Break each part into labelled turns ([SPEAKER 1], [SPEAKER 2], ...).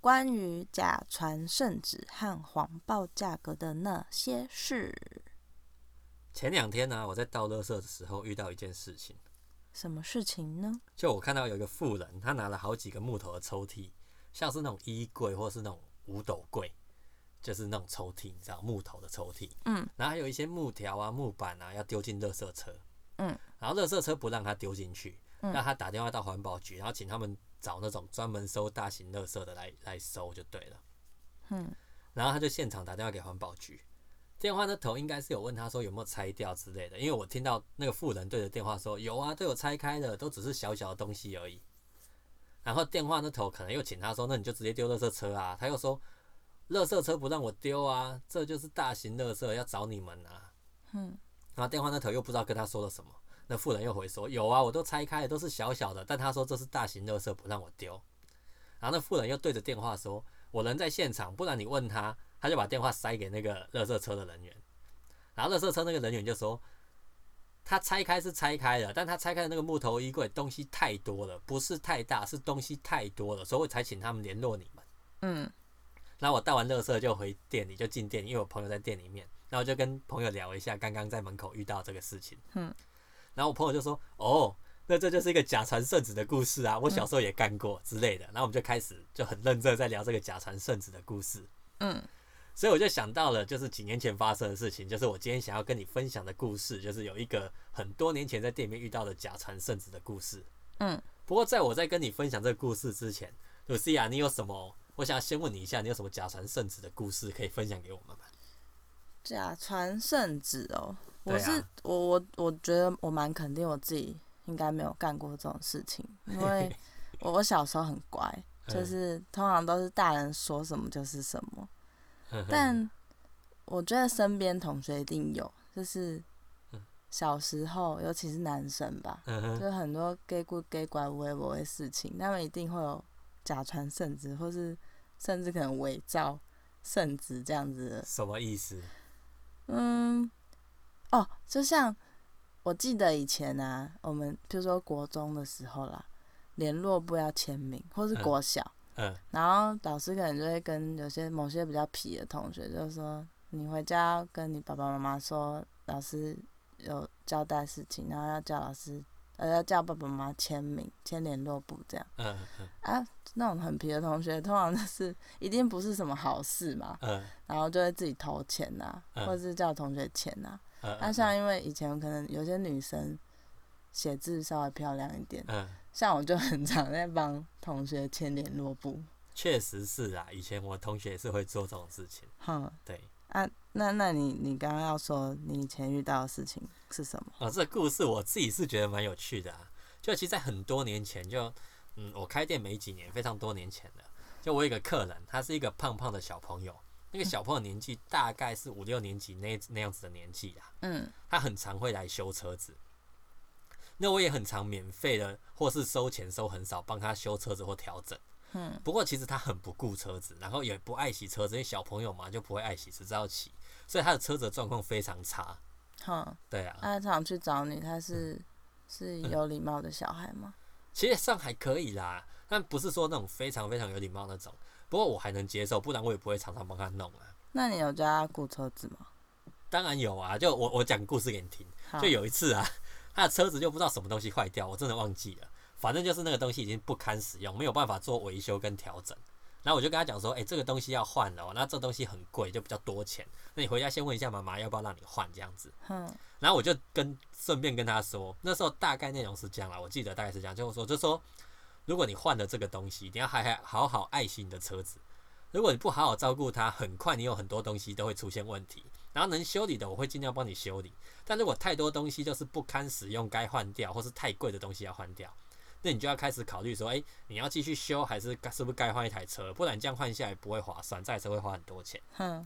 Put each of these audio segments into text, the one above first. [SPEAKER 1] 关于甲传圣旨和谎报价格的那些事。
[SPEAKER 2] 前两天呢、我在倒垃圾的时候遇到一件事情，
[SPEAKER 1] 什么事情呢？
[SPEAKER 2] 就我看到有一个富人，他拿了好几个木头的抽屉，像是那种衣柜或是那种五斗柜，就是那种抽屉，你知道木头的抽屉。
[SPEAKER 1] 嗯。
[SPEAKER 2] 然后还有一些木条啊、木板啊，要丢进垃圾车。
[SPEAKER 1] 嗯。
[SPEAKER 2] 然后垃圾车不让他丢进去，
[SPEAKER 1] 嗯
[SPEAKER 2] 让他打电话到环保局，然后请他们找那种专门收大型垃圾的来来收就对了。
[SPEAKER 1] 嗯
[SPEAKER 2] 然后他就现场打电话给环保局，电话那头应该是有问他说有没有拆掉之类的，因为我听到那个妇人对着电话说有啊，都有拆开的，都只是小小的东西而已。然后电话那头可能又请他说，那你就直接丢垃圾车啊，他又说，垃圾车不让我丢啊，这就是大型垃圾，要找你们啊。
[SPEAKER 1] 嗯
[SPEAKER 2] 然后电话那头又不知道跟他说了什么，那妇人又回说有啊，我都拆开了，都是小小的，但他说这是大型垃圾，不让我丢。然后那妇人又对着电话说：“我人在现场，不然你问他。”他就把电话塞给那个垃圾车的人员，然后垃圾车那个人员就说：“他拆开是拆开了，但他拆开的那个木头衣柜东西太多了，不是太大，是东西太多了，所以我才请他们联络你们。
[SPEAKER 1] 嗯”
[SPEAKER 2] 然后我带完垃圾就回店里，就进店里，因为我朋友在店里面，然后我就跟朋友聊一下刚刚在门口遇到这个事情。
[SPEAKER 1] 嗯，
[SPEAKER 2] 然后我朋友就说：“哦，那这就是一个假传圣旨的故事啊，我小时候也干过之类的。”然后我们就开始就很认真地在聊这个假传圣旨的故事，
[SPEAKER 1] 嗯
[SPEAKER 2] 所以我就想到了就是几年前发生的事情，就是我今天想要跟你分享的故事，就是有一个很多年前在店里面遇到的假传圣旨的故事。
[SPEAKER 1] 嗯，
[SPEAKER 2] 不过在我在跟你分享这个故事之前，鲁西啊亚，你有什么？我想先问你一下，你有什么假传圣旨的故事可以分享给我们吗？
[SPEAKER 1] 甲传圣旨哦，我
[SPEAKER 2] 对啊
[SPEAKER 1] 是、我我我觉得我蛮肯定我自己应该没有干过这种事情，因 为我我小时候很乖，就是通常都是大人说什么就是什么，
[SPEAKER 2] 嗯，
[SPEAKER 1] 但我觉得身边同学一定有，就是
[SPEAKER 2] 嗯
[SPEAKER 1] 小时候，尤其是男生吧，
[SPEAKER 2] 嗯哼
[SPEAKER 1] 就很多 gay 顾 gay 拐微博的事情，他们一定会有假传圣旨，或是甚至可能伪造圣旨这样子的。
[SPEAKER 2] 什么意思？
[SPEAKER 1] 嗯，哦，就像我记得以前啊，我们譬如说国中的时候啦，联络部要签名，或是
[SPEAKER 2] 嗯
[SPEAKER 1] 国小。
[SPEAKER 2] 嗯
[SPEAKER 1] 然后老师可能就会跟有些某些比较皮的同学，就说你回家要跟你爸爸妈妈说，老师有交代事情，然后要叫老师，呃，要叫爸爸妈妈签名、签联络簿这样
[SPEAKER 2] 嗯嗯
[SPEAKER 1] 啊。那种很皮的同学，通常就是一定不是什么好事嘛，
[SPEAKER 2] 嗯
[SPEAKER 1] 然后就会自己投钱呐、
[SPEAKER 2] 嗯
[SPEAKER 1] 或者是叫同学签呐、
[SPEAKER 2] 嗯，
[SPEAKER 1] 那、啊像因为以前可能有些女生写字稍微漂亮一点，
[SPEAKER 2] 嗯。
[SPEAKER 1] 像我就很常在帮同学签联络簿，
[SPEAKER 2] 确实是啊，以前我同学也是会做这种事情。
[SPEAKER 1] 哼。
[SPEAKER 2] 对，
[SPEAKER 1] 啊，那那你你刚刚要说你以前遇到的事情是什么？
[SPEAKER 2] 啊、这故事我自己是觉得蛮有趣的啊。就其实，在很多年前就，嗯，我开店没几年，非常多年前了。就我有一个客人，他是一个胖胖的小朋友，那个小朋友年纪大概是五六年级那那样子的年纪啊。
[SPEAKER 1] 嗯
[SPEAKER 2] 他很常会来修车子。那我也很常免费的，或是收钱收很少，帮他修车子或调整。
[SPEAKER 1] 嗯，
[SPEAKER 2] 不过其实他很不顾车子，然后也不爱惜车子，因为小朋友嘛就不会爱惜，只知道骑，所以他的车子的状况非常差。
[SPEAKER 1] 哼，
[SPEAKER 2] 对啊，
[SPEAKER 1] 他常去找你，他是是有礼貌的小孩吗？
[SPEAKER 2] 其实上还可以啦，但不是说那种非常非常有礼貌那种。不过我还能接受，不然我也不会常常帮他弄啊。
[SPEAKER 1] 那你有教他雇车子吗？
[SPEAKER 2] 当然有啊，就我我讲故事给你听。
[SPEAKER 1] 好
[SPEAKER 2] 就有一次啊， 他的车子就不知道什么东西坏掉，我真的忘记了。反正就是那个东西已经不堪使用，没有办法做维修跟调整。然后我就跟他讲说，哎、这个东西要换了哦、那这东西很贵，就比较多钱。那你回家先问一下妈妈，要不要让你换这样子。
[SPEAKER 1] 哼
[SPEAKER 2] 然后我就跟顺便跟他说，那时候大概内容是这样啦，我记得大概是这样，就我说就说，如果你换了这个东西，你要还还好好爱惜你的车子。如果你不好好照顾它，很快你有很多东西都会出现问题。然后能修理的，我会尽量帮你修理。但如果太多东西就是不堪使用，该换掉，或是太贵的东西要换掉，那你就要开始考虑说，哎、你要继续修，还是该是不是该换一台车？不然这样换下来不会划算，这台车会花很多钱。
[SPEAKER 1] 哼，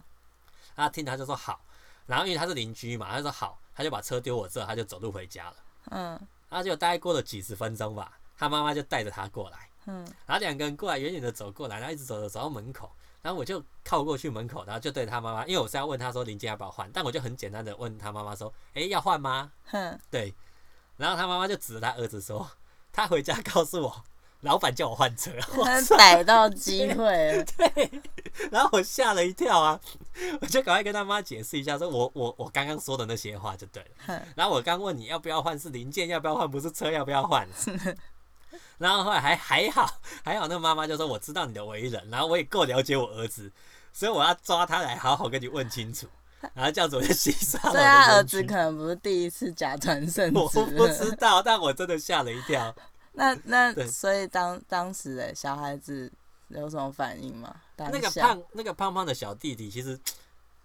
[SPEAKER 2] 他听他就说好，然后因为他是邻居嘛，他就说好，他就把车丢我这，他就走路回家了。
[SPEAKER 1] 嗯
[SPEAKER 2] 然后就大概过了几十分钟吧，他妈妈就带着他过来，
[SPEAKER 1] 嗯
[SPEAKER 2] 然后两个人过来远远的走过来，然后一直走走走到门口，然后我就靠过去门口，然后就对他妈妈，因为我是要问他说零件要不要换，但我就很简单的问他妈妈说，诶，要换吗？
[SPEAKER 1] 哼，
[SPEAKER 2] 对，然后他妈妈就指着他儿子说，他回家告诉我，老板叫我换车，
[SPEAKER 1] 他逮到机会了，
[SPEAKER 2] 然后我吓了一跳啊，我就赶快跟他妈解释一下，说我我我刚刚说的那些话就对了
[SPEAKER 1] 哼。
[SPEAKER 2] 然后我刚问你要不要换是零件要不要换，不是车要不要 换。然后后来还还好还好，那妈妈就说我知道你的为人，然后我也够了解我儿子，所以我要抓他来好好跟你问清楚。然后这样子我 就洗刷了我
[SPEAKER 1] 对
[SPEAKER 2] 的
[SPEAKER 1] 他儿
[SPEAKER 2] 冤
[SPEAKER 1] 子
[SPEAKER 2] 屈
[SPEAKER 1] 可能不是第一次假传圣
[SPEAKER 2] 我
[SPEAKER 1] 旨
[SPEAKER 2] 不知
[SPEAKER 1] 了。
[SPEAKER 2] 道，但我真的吓了一跳。
[SPEAKER 1] 那那
[SPEAKER 2] 对
[SPEAKER 1] 所以当当时的小孩子有什么反应吗？当
[SPEAKER 2] 那个
[SPEAKER 1] 下
[SPEAKER 2] 胖那个胖胖的小弟弟，其实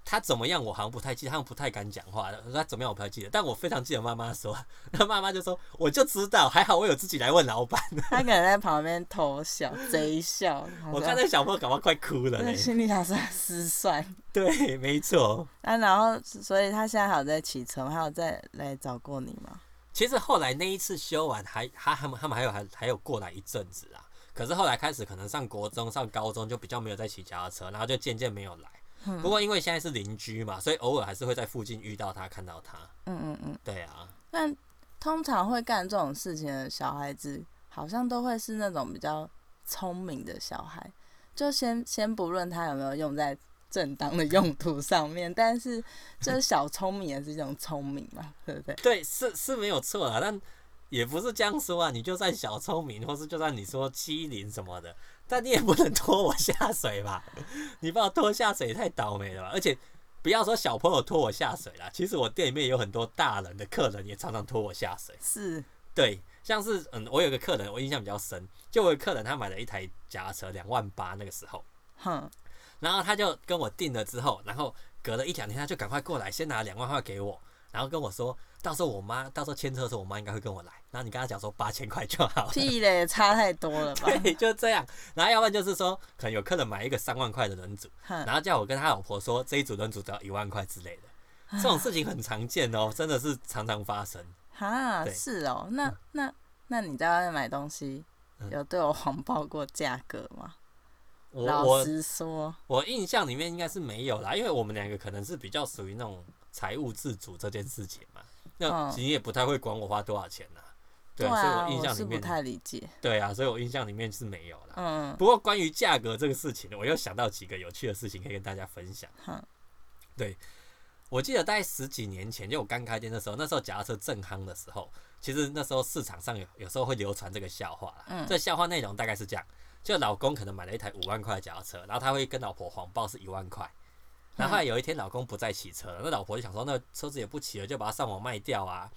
[SPEAKER 2] 他怎么样，我好像不太记得，他们不太敢讲话，他怎么样我不太记得，但我非常记得妈妈说，那妈妈就说我就知道，还好我有自己来问老板，
[SPEAKER 1] 他可能在旁边偷 笑，贼笑。
[SPEAKER 2] 我
[SPEAKER 1] 刚
[SPEAKER 2] 看
[SPEAKER 1] 才
[SPEAKER 2] 那欸小朋友搞到快哭了嘞。
[SPEAKER 1] 心里想说失算。
[SPEAKER 2] 对，没错。
[SPEAKER 1] 啊，然后所以他现在还有在骑车吗，还有再来找过你吗？
[SPEAKER 2] 其实后来那一次修完，还还他们他们还有还还有过来一阵子啊。可是后来开始可能上国中、上高中就比较没有再骑脚踏车，然后就渐渐没有来。不过因为现在是邻居嘛，所以偶尔还是会在附近遇到他，看到他。
[SPEAKER 1] 嗯嗯嗯。
[SPEAKER 2] 对啊，
[SPEAKER 1] 但通常会干这种事情的小孩子，好像都会是那种比较聪明的小孩。就先先不论他有没有用在正当的用途上面，但是就是小聪明也是一种聪明嘛，对不对？
[SPEAKER 2] 对，是是没有错啦，但也不是这样说啊。你就算小聪明，或是就算你说欺凌什么的，但你也不能拖我下水吧？你把我拖下水也太倒霉了吧！而且不要说小朋友拖我下水啦，其实我店里面有很多大人的客人也常常拖我下水。
[SPEAKER 1] 是，
[SPEAKER 2] 对，像是嗯，我有个客人，我印象比较深，就我有个客人他买了一台脚踏车，两万八那个时候，
[SPEAKER 1] 哼，
[SPEAKER 2] 然后他就跟我定了之后，然后隔了一两天，他就赶快过来，先拿两万块给我，然后跟我说，到时候我妈到时候签车的时候，我妈应该会跟我来。然后你跟他讲说八千块就好 了，
[SPEAKER 1] 屁嘞，差太多了吧？
[SPEAKER 2] 对，就这样。然后要不然就是说，可能有客人买一个三万块的轮组，
[SPEAKER 1] 哼，
[SPEAKER 2] 然后叫我跟他老婆说这一组轮组只要一万块之类的，这种事情很常见哦，真的是常常发生。
[SPEAKER 1] 哈，
[SPEAKER 2] 对
[SPEAKER 1] 是哦，那那那你在外面买东西
[SPEAKER 2] 嗯，
[SPEAKER 1] 有对我谎报过价格吗？
[SPEAKER 2] 我
[SPEAKER 1] 老
[SPEAKER 2] 我
[SPEAKER 1] 实说，
[SPEAKER 2] 我印象里面应该是没有啦，因为我们两个可能是比较属于那种财务自主这件事情嘛，那
[SPEAKER 1] 嗯
[SPEAKER 2] 你也不太会管我花多少钱呐、对，所以
[SPEAKER 1] 啊，
[SPEAKER 2] 我印象里
[SPEAKER 1] 是不
[SPEAKER 2] 面，
[SPEAKER 1] 太理解，
[SPEAKER 2] 对啊，所以我印象里面是没有啦。
[SPEAKER 1] 嗯，
[SPEAKER 2] 不过关于价格这个事情，我又想到几个有趣的事情可以跟大家分享。
[SPEAKER 1] 哼，
[SPEAKER 2] 我记得大概十几年前，就我刚开店的时候，那时候脚踏车正夯的时候，其实那时候市场上有有时候会流传这个笑话啦。
[SPEAKER 1] 嗯
[SPEAKER 2] 这笑话内容大概是这样：就老公可能买了一台五万块的脚踏车，然后他会跟老婆谎报是一万块。然后后来有一天，老公不再骑车了，那老婆就想说，那车子也不骑了，就把它上网卖掉啊。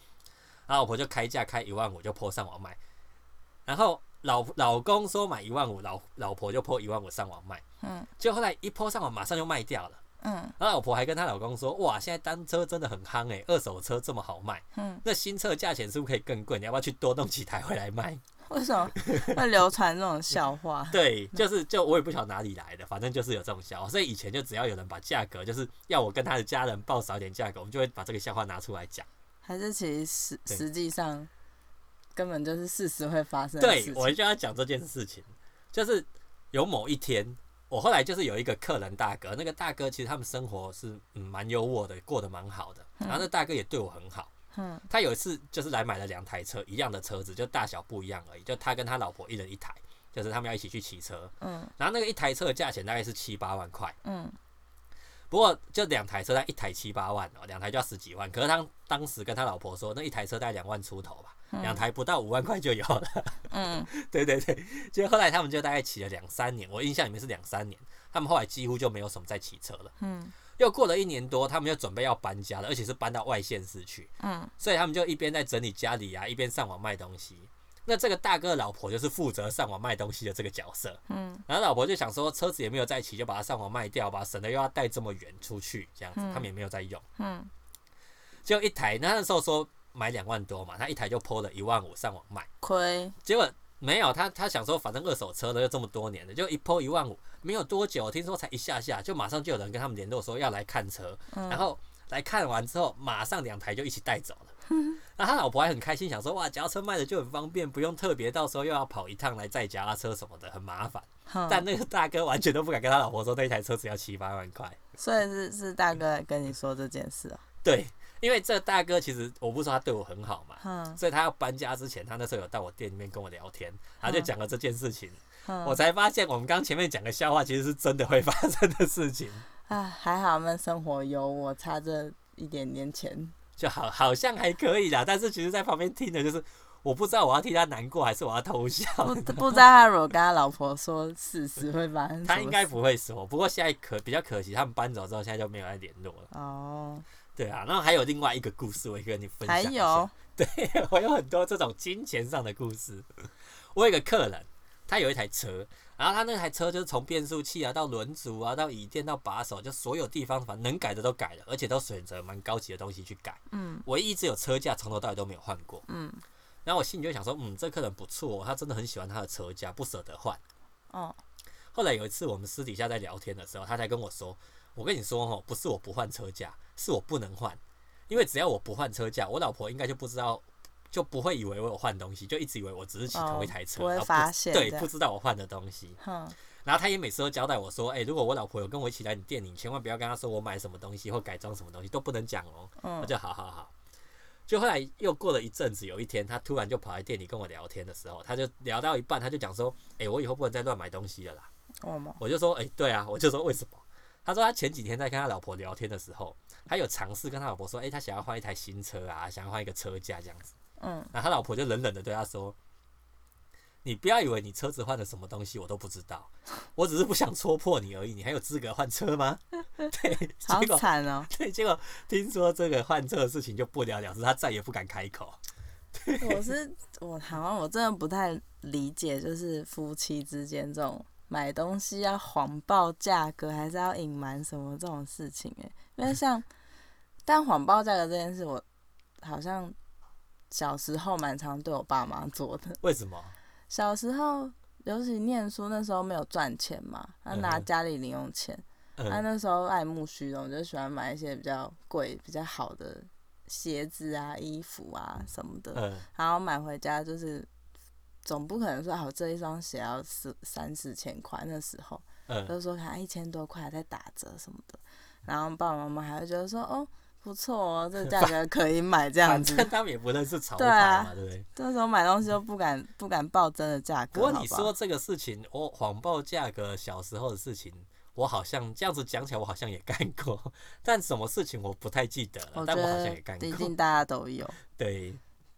[SPEAKER 2] 然后老婆就开价开一万五，就泼上网卖。然后老老公说买一万五，老老婆就泼一万五上网卖。
[SPEAKER 1] 嗯，
[SPEAKER 2] 就后来一泼上网，马上就卖掉了。
[SPEAKER 1] 嗯
[SPEAKER 2] 然后老婆还跟她老公说：“哇，现在单车真的很夯诶、二手车这么好卖，
[SPEAKER 1] 嗯，
[SPEAKER 2] 那新车的价钱是不是可以更贵？你要不要去多弄几台回来卖
[SPEAKER 1] 为什 么会流传这种笑？”话？
[SPEAKER 2] 对，就是就我也不晓得哪里来的，反正就是有这种笑话。所以以前就只要有人把价格，就是要我跟他的家人报少一点价格，我们就会把这个笑话拿出来讲。
[SPEAKER 1] 还是其实实
[SPEAKER 2] 对
[SPEAKER 1] 实际上根本就是事实会发生的
[SPEAKER 2] 对
[SPEAKER 1] 事，
[SPEAKER 2] 我
[SPEAKER 1] 情？
[SPEAKER 2] 就要讲这件事情，就是有某一天，我后来就是有一个客人大哥，那个大哥其实他们生活是嗯蛮优渥的，过得蛮好的，然后那大哥也对我很好。
[SPEAKER 1] 嗯
[SPEAKER 2] 他有一次就是来买了两台车，一样的车子，就大小不一样而已。就他跟他老婆一人一台，就是他们要一起去骑车。
[SPEAKER 1] 嗯
[SPEAKER 2] 然后那个一台车的价钱大概是七八万块，
[SPEAKER 1] 嗯
[SPEAKER 2] 不过就两台车，他一台七八万哦，两台就要十几万。可是他当时跟他老婆说，那一台车大概两万出头吧，两台不到五万块就有了。
[SPEAKER 1] 嗯，
[SPEAKER 2] 对对对，就后来他们就大概骑了两三年，我印象里面是两三年，他们后来几乎就没有什么在骑车了。
[SPEAKER 1] 嗯，
[SPEAKER 2] 又过了一年多，他们又准备要搬家了，而且是搬到外县市去。
[SPEAKER 1] 嗯，
[SPEAKER 2] 所以他们就一边在整理家里啊，一边上网卖东西。那这个大哥的老婆就是负责上网卖东西的这个角色，
[SPEAKER 1] 嗯，
[SPEAKER 2] 然后老婆就想说车子也没有在骑，就把它上网卖掉吧，省得又要带这么远出去，这样子他们也没有在用。
[SPEAKER 1] 嗯，
[SPEAKER 2] 就一台，那那时候说买两万多嘛，他一台就抛了一万五上网卖，
[SPEAKER 1] 亏，
[SPEAKER 2] 结果没有他，他想说反正二手车了，又这么多年了，就一抛一万五，没有多久，听说才一下下，就马上就有人跟他们联络说要来看车，然后来看完之后，马上两台就一起带走了。然后他老婆还很开心，想说哇，脚踏车卖的就很方便，不用特别到时候又要跑一趟来载脚踏车什么的，很麻烦。
[SPEAKER 1] 哼，
[SPEAKER 2] 但那个大哥完全都不敢跟他老婆说那一台车子要七八万块。
[SPEAKER 1] 所以是是大哥来跟你说这件事哦。
[SPEAKER 2] 对，因为这大哥其实我不是说他对我很好嘛，
[SPEAKER 1] 哼
[SPEAKER 2] 所以他要搬家之前，他那时候有到我店里面跟我聊天，他就
[SPEAKER 1] 嗯
[SPEAKER 2] 讲了这件事情，
[SPEAKER 1] 哼，
[SPEAKER 2] 我才发现我们刚前面讲的笑话其实是真的会发生的事情，
[SPEAKER 1] 啊，还好们生活有我差这一点点 钱，
[SPEAKER 2] 就好好像还可以啦，但是其实在旁边听的就是我不知道我要替他难过还是我要偷笑，
[SPEAKER 1] 不不知道他如果跟他老婆说事实会发生什么事，
[SPEAKER 2] 他应该不会说，不过现在可比较可惜，他们搬走之后现在就没有再联络了，
[SPEAKER 1] 哦，
[SPEAKER 2] 对啊，然后还有另外一个故事我也跟你分享
[SPEAKER 1] 还
[SPEAKER 2] 一下，
[SPEAKER 1] 有
[SPEAKER 2] 我有很多这种金钱上的故事。我有一个客人，他有一台车，然后他那台车就是从变速器啊到轮组啊到椅垫到把手，就所有地方反正能改的都改了，而且都选择蛮高级的东西去改。
[SPEAKER 1] 嗯
[SPEAKER 2] 唯一只有车架从头到尾都没有换过。
[SPEAKER 1] 嗯
[SPEAKER 2] 然后我心里就想说，嗯，这客人不错、哦，他真的很喜欢他的车架，不舍得换。
[SPEAKER 1] 哦
[SPEAKER 2] 后来有一次我们私底下在聊天的时候，他才跟我说：“我跟你说哦，不是我不换车架，是我不能换，因为只要我不换车架，我老婆应该就不知道，就不会以为我有换东西，就一直以为我只是骑同一台车，
[SPEAKER 1] 哦 不会
[SPEAKER 2] 然后
[SPEAKER 1] 发现
[SPEAKER 2] 对，
[SPEAKER 1] 这样
[SPEAKER 2] 不知道我换的东西。
[SPEAKER 1] 哼
[SPEAKER 2] 然后他也每次都交代我说：，哎、如果我老婆有跟我一起来你店里，你千万不要跟她说我买什么东西或改装什么东西，都不能讲哦。我
[SPEAKER 1] 嗯
[SPEAKER 2] 就好好好。就后来又过了一阵子，有一天他突然就跑来店里跟我聊天的时候，他就聊到一半，他就讲说：，哎、我以后不能再乱买东西了啦。
[SPEAKER 1] 我吗？
[SPEAKER 2] 我就说，哎、对啊，我就说为什么？他说他前几天在跟他老婆聊天的时候，他有尝试跟他老婆说，哎、他想要换一台新车啊，想要换一个车架这样子。
[SPEAKER 1] 嗯
[SPEAKER 2] 然后他老婆就冷冷的对他说：“你不要以为你车子换了什么东西我都不知道，我只是不想戳破你而已，你还有资格换车吗？” 对，
[SPEAKER 1] 好
[SPEAKER 2] 结果
[SPEAKER 1] 惨哦！
[SPEAKER 2] 对，结果听说这个换车的事情就不了了之，他再也不敢开口。
[SPEAKER 1] 我是我好像我真的不太理解，就是夫妻之间这种买东西要谎报价格，还是要隐瞒什么这种事情哎、因为像但谎报价格这件事，我好像小时候蛮常对我爸妈做的。
[SPEAKER 2] 为什么？
[SPEAKER 1] 小时候尤其念书那时候没有赚钱嘛，他、拿
[SPEAKER 2] 嗯哼
[SPEAKER 1] 家里零用钱，他、
[SPEAKER 2] 嗯，
[SPEAKER 1] 啊那时候爱慕虚荣，就喜欢买一些比较贵、比较好的鞋子啊、衣服啊什么的。
[SPEAKER 2] 嗯，
[SPEAKER 1] 然后买回家就是，总不可能说好这一双鞋要四三四千块，那时候
[SPEAKER 2] 嗯，
[SPEAKER 1] 就说看一千多块在打折什么的，然后爸爸妈妈还会觉得说哦不错哦，这个价格可以买这样
[SPEAKER 2] 反
[SPEAKER 1] 子。
[SPEAKER 2] 正他们也不认识潮牌
[SPEAKER 1] 对啊
[SPEAKER 2] 嘛，对不对？
[SPEAKER 1] 这时候买东西都不敢不敢报真的价
[SPEAKER 2] 不
[SPEAKER 1] 格，
[SPEAKER 2] 过
[SPEAKER 1] 好
[SPEAKER 2] 你
[SPEAKER 1] 不
[SPEAKER 2] 说
[SPEAKER 1] 好？
[SPEAKER 2] 这个事情，我谎报价格，小时候的事情，我好像这样子讲起来，我好像也干过， 但什么事情我不太记得了，
[SPEAKER 1] 我觉
[SPEAKER 2] 但我好像
[SPEAKER 1] 得
[SPEAKER 2] 也干
[SPEAKER 1] 一
[SPEAKER 2] 过。
[SPEAKER 1] 定大家都有。
[SPEAKER 2] 对，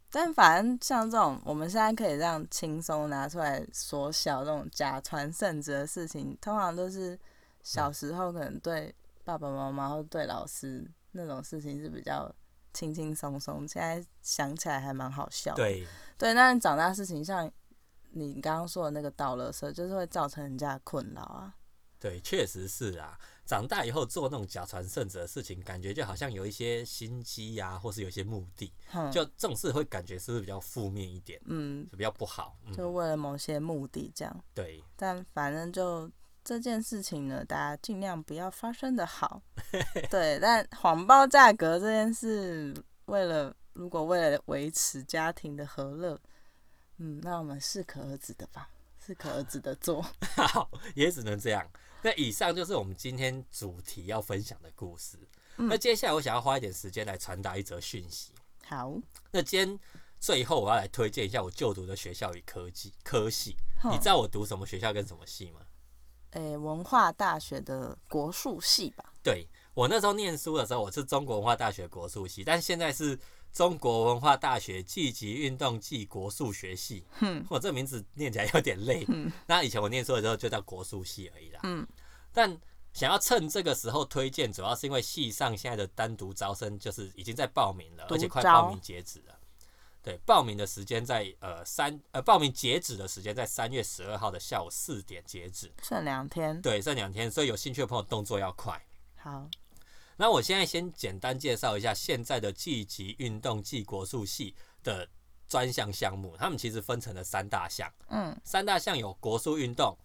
[SPEAKER 1] 但反正像这种，我们现在可以这样轻松拿出来说笑，这种假传圣旨的事情，通常都是小时候可能对爸爸妈妈或对老师那种事情是比较轻轻松松，现在想起来还蛮好笑的。
[SPEAKER 2] 对，
[SPEAKER 1] 对，那你长大事情像你刚刚说的那个倒垃圾，就是会造成人家的困扰啊。
[SPEAKER 2] 对，确实是啊。长大以后做那种假传圣者的事情，感觉就好像有一些心机呀、或是有一些目的，
[SPEAKER 1] 哼，
[SPEAKER 2] 就这种事会感觉是不是比较负面一点，
[SPEAKER 1] 嗯，
[SPEAKER 2] 比较不好。
[SPEAKER 1] 就
[SPEAKER 2] 嗯，
[SPEAKER 1] 为了某些目的这样。
[SPEAKER 2] 对，
[SPEAKER 1] 但反正就这件事情呢，大家尽量不要发生的好。对，但谎报价格这件事，为了如果为了维持家庭的和乐，嗯，那我们适可而止的吧，适可而止的做。
[SPEAKER 2] 好，也只能这样。那以上就是我们今天主题要分享的故事。
[SPEAKER 1] 嗯
[SPEAKER 2] 那接下来我想要花一点时间来传达一则讯息。
[SPEAKER 1] 好，
[SPEAKER 2] 那今天最后我要来推荐一下我就读的学校与科技科系。你
[SPEAKER 1] 哼
[SPEAKER 2] 知，道我读什么学校跟什么系吗？
[SPEAKER 1] 诶，文化大学的国术系吧，
[SPEAKER 2] 对我那时候念书的时候，我是中国文化大学国术系，但现在是中国文化大学积极运动暨国术学系。
[SPEAKER 1] 哼，
[SPEAKER 2] 我这名字念起来有点累。那以前我念书的时候就叫国术系而已啦。
[SPEAKER 1] 嗯，
[SPEAKER 2] 但想要趁这个时候推荐，主要是因为系上现在的单独招生就是已经在报名了，
[SPEAKER 1] 独
[SPEAKER 2] 而且快
[SPEAKER 1] 招
[SPEAKER 2] 报名截止了。对，报名的时间在呃三呃报名截止的时间在三月十二号的下午四点截止。
[SPEAKER 1] 剩两天。
[SPEAKER 2] 对，这两天，所以有兴趣的朋友动作要快。
[SPEAKER 1] 好，
[SPEAKER 2] 那我现在先简单介绍一下现在的季级运动暨国术系的专项项目，他们其实分成了三大项。
[SPEAKER 1] 嗯，
[SPEAKER 2] 三大项有国术运动、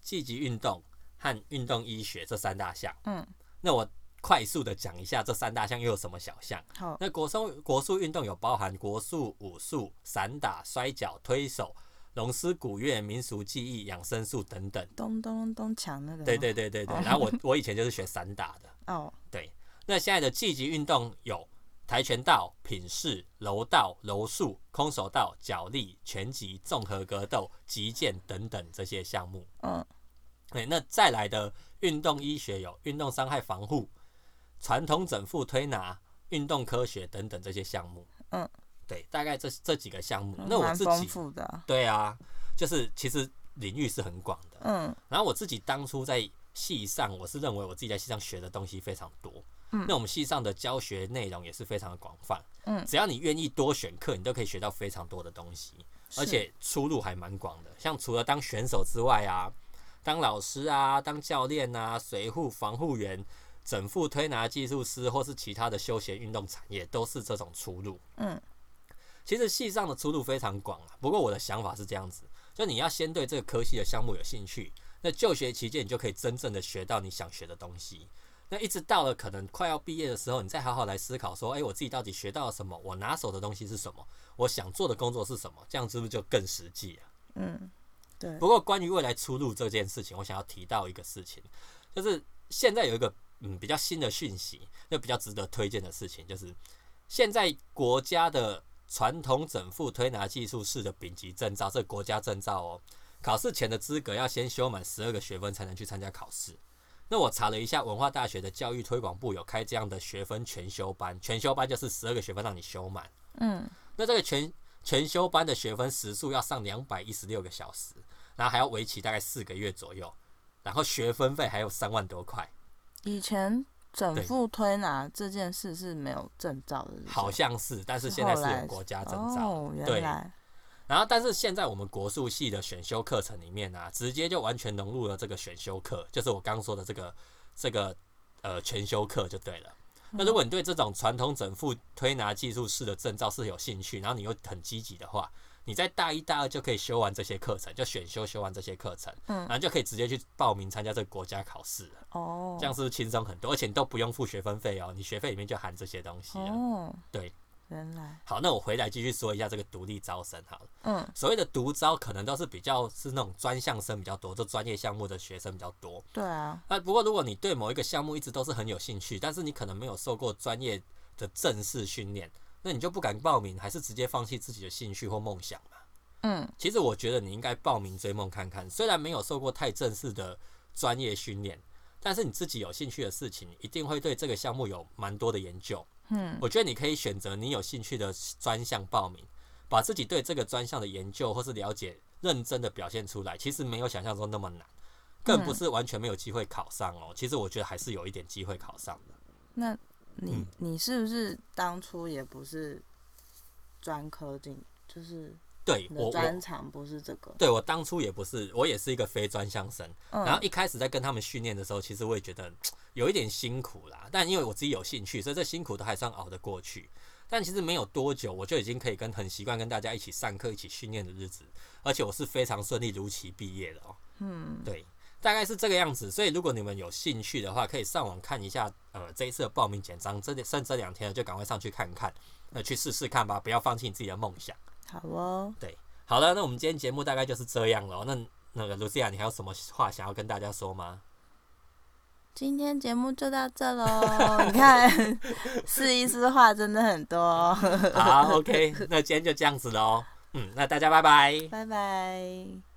[SPEAKER 2] 季级运动和运动医学这三大项。
[SPEAKER 1] 嗯，
[SPEAKER 2] 那我快速的讲一下这三大项又有什么小项。
[SPEAKER 1] 好，
[SPEAKER 2] 那国术国术运动有包含国术、武术、散打、摔跤、推手、龙狮、古乐、民俗技艺、养生术等等。
[SPEAKER 1] 咚咚咚咚锵那个。
[SPEAKER 2] 对。对对对对。然后我我以前就是学散打的。
[SPEAKER 1] 哦，
[SPEAKER 2] 对，那现在的积极运动有跆拳道、品势、柔道、柔术、空手道、脚力、拳击、综合格斗、击剑等等这些项目。
[SPEAKER 1] 嗯，
[SPEAKER 2] 对，那再来的运动医学有运动伤害防护、传统整复推拿、运动科学等等这些项目。
[SPEAKER 1] 嗯，
[SPEAKER 2] 对，大概这这几个项目。那我
[SPEAKER 1] 蛮
[SPEAKER 2] 自
[SPEAKER 1] 丰
[SPEAKER 2] 己
[SPEAKER 1] 富的啊。
[SPEAKER 2] 对啊，就是其实领域是很广的。
[SPEAKER 1] 嗯
[SPEAKER 2] 然后我自己当初在系上，我是认为我自己在系上学的东西非常多。
[SPEAKER 1] 嗯
[SPEAKER 2] 那我们系上的教学内容也是非常的广泛。
[SPEAKER 1] 嗯
[SPEAKER 2] 只要你愿意多选课，你都可以学到非常多的东西，而且出路还蛮广的。像除了当选手之外啊，当老师啊，当教练啊，随护、防护员、整副推拿技术师，或是其他的休闲运动产业，都是这种出路。
[SPEAKER 1] 嗯
[SPEAKER 2] 其实系上的出路非常广啊。不过我的想法是这样子，就你要先对这个科系的项目有兴趣，那就学期间你就可以真正的学到你想学的东西。那一直到了可能快要毕业的时候，你再好好来思考说，哎诶，我自己到底学到了什么？我拿手的东西是什么？我想做的工作是什么？这样是不是就更实际啊？
[SPEAKER 1] 嗯，对，
[SPEAKER 2] 不过关于未来出路这件事情，我想要提到一个事情，就是现在有一个嗯比较新的讯息，那比较值得推荐的事情，就是现在国家的传统整复推拿技术士的丙级证照，这国家证照哦，考试前的资格要先修满十二个学分才能去参加考试。那我查了一下，文化大学的教育推广部有开这样的学分全修班，全修班就是十二个学分让你修满。
[SPEAKER 1] 嗯
[SPEAKER 2] 那这个全全修班的学分时数要上两百一十六个小时，然后还要为期大概四个月左右，然后学分费还有三万多块，
[SPEAKER 1] 以前整
[SPEAKER 2] 对
[SPEAKER 1] 副推拿这件事是没有证照的，是不是
[SPEAKER 2] 好像是，但是现在
[SPEAKER 1] 后
[SPEAKER 2] 是
[SPEAKER 1] 来
[SPEAKER 2] 有国家证照。
[SPEAKER 1] 哦，
[SPEAKER 2] 对
[SPEAKER 1] 原来
[SPEAKER 2] 然后，但是现在我们国术系的选修课程里面啊，直接就完全融入了这个选修课，就是我刚说的这个这个呃全修课就对了。
[SPEAKER 1] 嗯
[SPEAKER 2] 那如果你对这种传统整复推拿技术式的证照是有兴趣，然后你又很积极的话，你在大一、大二就可以修完这些课程，就选修修完这些课程，
[SPEAKER 1] 嗯
[SPEAKER 2] 然后就可以直接去报名参加这个国家考试了。
[SPEAKER 1] 哦，
[SPEAKER 2] 这样是不是轻松很多？而且你都不用付学分费哦，你学费里面就含这些东西了。
[SPEAKER 1] 哦，
[SPEAKER 2] 对，
[SPEAKER 1] 原来
[SPEAKER 2] 好，那我回来继续说一下这个独立招生好了。
[SPEAKER 1] 嗯
[SPEAKER 2] 所谓的独招，可能都是比较是那种专项生比较多，就专业项目的学生比较多。
[SPEAKER 1] 对啊，
[SPEAKER 2] 那不过如果你对某一个项目一直都是很有兴趣，但是你可能没有受过专业的正式训练，那你就不敢报名，还是直接放弃自己的兴趣或梦想嘛？
[SPEAKER 1] 嗯
[SPEAKER 2] 其实我觉得你应该报名追梦看看，虽然没有受过太正式的专业训练，但是你自己有兴趣的事情，一定会对这个项目有蛮多的研究。
[SPEAKER 1] 嗯
[SPEAKER 2] 我觉得你可以选择你有兴趣的专项报名，把自己对这个专项的研究或是了解认真的表现出来。其实没有想象中那么难，更
[SPEAKER 1] 嗯
[SPEAKER 2] 不是完全没有机会考上哦。其实我觉得还是有一点机会考上的。
[SPEAKER 1] 那你、
[SPEAKER 2] 嗯
[SPEAKER 1] 你是不是当初也不是专科进，就是
[SPEAKER 2] 对
[SPEAKER 1] 你
[SPEAKER 2] 我
[SPEAKER 1] 的专
[SPEAKER 2] 我。
[SPEAKER 1] 长不是这个？
[SPEAKER 2] 对我当初也不是，我也是一个非专项生。然后
[SPEAKER 1] 嗯
[SPEAKER 2] 一开始在跟他们训练的时候，其实我也觉得有一点辛苦啦。但因为我自己有兴趣，所以这辛苦都还算熬得过去。但其实没有多久，我就已经可以跟很习惯跟大家一起上课、一起训练的日子，而且我是非常顺利如期毕业的哦。
[SPEAKER 1] 嗯
[SPEAKER 2] 对，大概是这个样子。所以如果你们有兴趣的话，可以上网看一下，呃，这一次的报名简章，这剩这两天了，就赶快上去看看，那去试试看吧，不要放弃你自己的梦想。
[SPEAKER 1] 好哦，
[SPEAKER 2] 好了，那我们今天节目大概就是这样了哦。那那个 Lucia，你还有什么话想要跟大家说吗？
[SPEAKER 1] 今天节目就到这喽。 你看，试一试话真的很多哦、
[SPEAKER 2] 好，OK，那今天就这样子喽。嗯，那大家拜拜。
[SPEAKER 1] 拜拜。